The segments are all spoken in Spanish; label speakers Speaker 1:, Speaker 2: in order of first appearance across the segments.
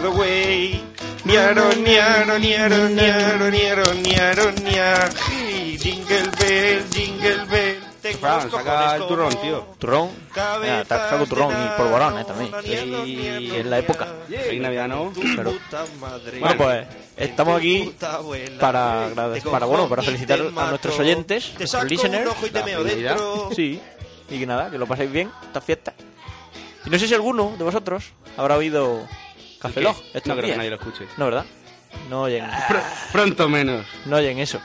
Speaker 1: the way. Niaro, niaro, niaro, niaro, niaro, niaro, niaro. Hey, jingle bell, jingle bell. Tengo
Speaker 2: Fran,
Speaker 1: los
Speaker 2: Ah, saca
Speaker 1: cojones
Speaker 2: el turrón,
Speaker 1: como
Speaker 2: tío.
Speaker 3: Turrón.
Speaker 1: cabezas
Speaker 3: Ah, ta- saco turrón
Speaker 1: de
Speaker 3: y polvorón, eh, también.
Speaker 1: nabo, niaro, niaro,
Speaker 3: Y en la época.
Speaker 1: niaro.
Speaker 2: Feliz Navidad, ¿no?
Speaker 1: Tu
Speaker 3: Pero-
Speaker 1: puta madre.
Speaker 3: Bueno, pues estamos
Speaker 1: Tu
Speaker 3: aquí
Speaker 1: puta abuela.
Speaker 3: para
Speaker 1: Te
Speaker 3: agradecer-
Speaker 1: cojo
Speaker 3: para, bueno, para
Speaker 1: y
Speaker 3: felicitar
Speaker 1: te
Speaker 3: a nuestros
Speaker 1: mato.
Speaker 3: oyentes,
Speaker 1: Te
Speaker 3: nuestros
Speaker 1: saco un
Speaker 3: listeners.
Speaker 1: ojo y te
Speaker 2: La
Speaker 1: meo
Speaker 2: fidelidad.
Speaker 1: dentro.
Speaker 3: Sí. Y que nada, que lo paséis bien esta fiesta. Y no sé si alguno de vosotros habrá oído Café Log.
Speaker 2: ¿Qué?
Speaker 3: estos
Speaker 2: No creo que
Speaker 3: días.
Speaker 2: nadie lo escuche.
Speaker 3: No, ¿verdad? No oyen,
Speaker 2: Pr- pronto menos.
Speaker 3: no oyen eso.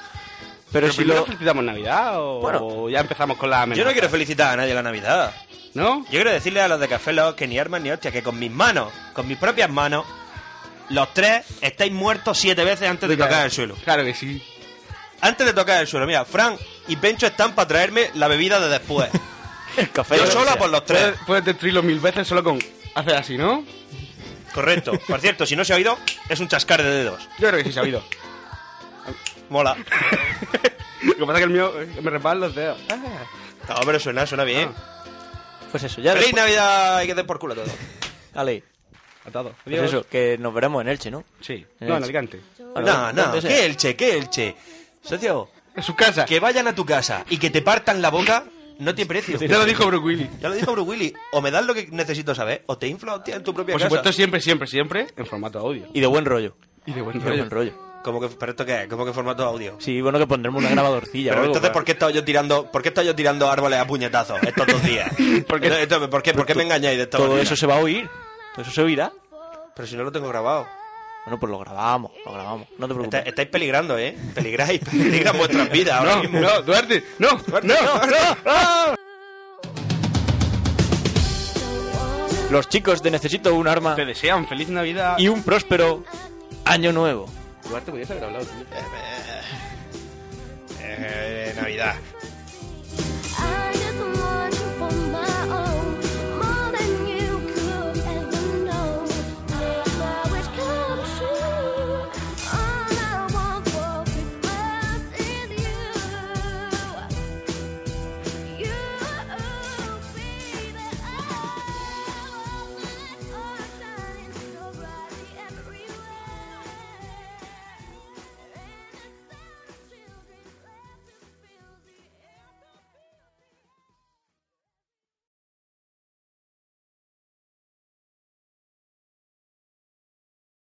Speaker 3: Pero,
Speaker 2: Pero
Speaker 3: si
Speaker 2: primero
Speaker 3: lo...
Speaker 2: felicitamos Navidad o
Speaker 3: Bueno.
Speaker 2: ya empezamos con la
Speaker 1: Yo no
Speaker 2: amenaza?
Speaker 1: quiero felicitar a nadie la Navidad.
Speaker 2: ¿No?
Speaker 1: Yo quiero decirle a los de Café Lock que ni armas ni hostias, que con mis manos, con mis propias manos, los tres estáis muertos siete veces antes de tocar el suelo.
Speaker 2: Claro que sí.
Speaker 1: Antes de tocar el suelo, mira, Fran y Pencho están para traerme la bebida de después.
Speaker 3: El café
Speaker 1: Yo
Speaker 3: Lock.
Speaker 1: sola por los tres.
Speaker 2: Puedes, puedes destruirlo mil veces solo con hacer así, ¿no?
Speaker 1: Correcto. Por cierto, si no se ha oído, es un chascar de dedos.
Speaker 2: Yo creo que sí se ha oído.
Speaker 1: Mola.
Speaker 2: Lo que pasa es que el mío eh, me resbalan los dedos. Ah.
Speaker 1: No, pero suena, suena bien.
Speaker 3: Pues eso, ya
Speaker 1: ¡Feliz
Speaker 3: después-
Speaker 1: Navidad! Hay que dar por culo todo.
Speaker 3: Ale,
Speaker 2: Atado.
Speaker 3: pues eso, que nos veremos en Elche, ¿no?
Speaker 2: Sí.
Speaker 3: En
Speaker 2: No, en
Speaker 3: Elche.
Speaker 2: Alicante.
Speaker 1: No, no,
Speaker 3: ¿dónde sea?
Speaker 1: ¿qué elche? ¿Qué elche? Socio,
Speaker 2: En su casa.
Speaker 1: que vayan a tu casa y que te partan la boca, no tiene precio.
Speaker 2: Ya lo dijo Bruce Willis.
Speaker 1: Ya lo dijo Bruce Willis. O me das lo que necesito saber, o te infla hostia en tu propia
Speaker 2: Por
Speaker 1: casa.
Speaker 2: supuesto, siempre, siempre, siempre en formato audio.
Speaker 3: Y de buen rollo.
Speaker 2: Y de buen
Speaker 3: De buen rollo.
Speaker 1: ¿Cómo que, ¿Pero esto qué es? ¿Cómo que formato audio?
Speaker 3: Sí, bueno, que pondremos una grabadorcilla.
Speaker 1: Pero
Speaker 3: o algo,
Speaker 1: entonces,
Speaker 3: para-
Speaker 1: ¿por qué he estado yo tirando, por qué he estado yo tirando árboles a puñetazos estos dos días?
Speaker 2: ¿Por qué?
Speaker 1: Entonces, entonces, ¿por qué, por qué me engañáis de esta
Speaker 3: pues, Todo
Speaker 1: manera?
Speaker 3: eso se va a oír. Todo eso se oirá.
Speaker 1: Pero si no lo tengo grabado.
Speaker 3: Bueno, pues lo grabamos, lo grabamos. No te preocupes.
Speaker 1: Está- estáis peligrando, ¿eh? Peligráis, peligran vuestras vidas ahora
Speaker 2: No,
Speaker 1: mismo.
Speaker 2: no, Duarte, no,
Speaker 1: Duarte,
Speaker 2: no,
Speaker 1: no,
Speaker 2: no, no.
Speaker 3: Los chicos de Necesito un arma
Speaker 2: Te desean feliz Navidad.
Speaker 3: y un próspero año nuevo.
Speaker 2: Duarte, podías haber hablado, tío.
Speaker 1: Eh, Navidad.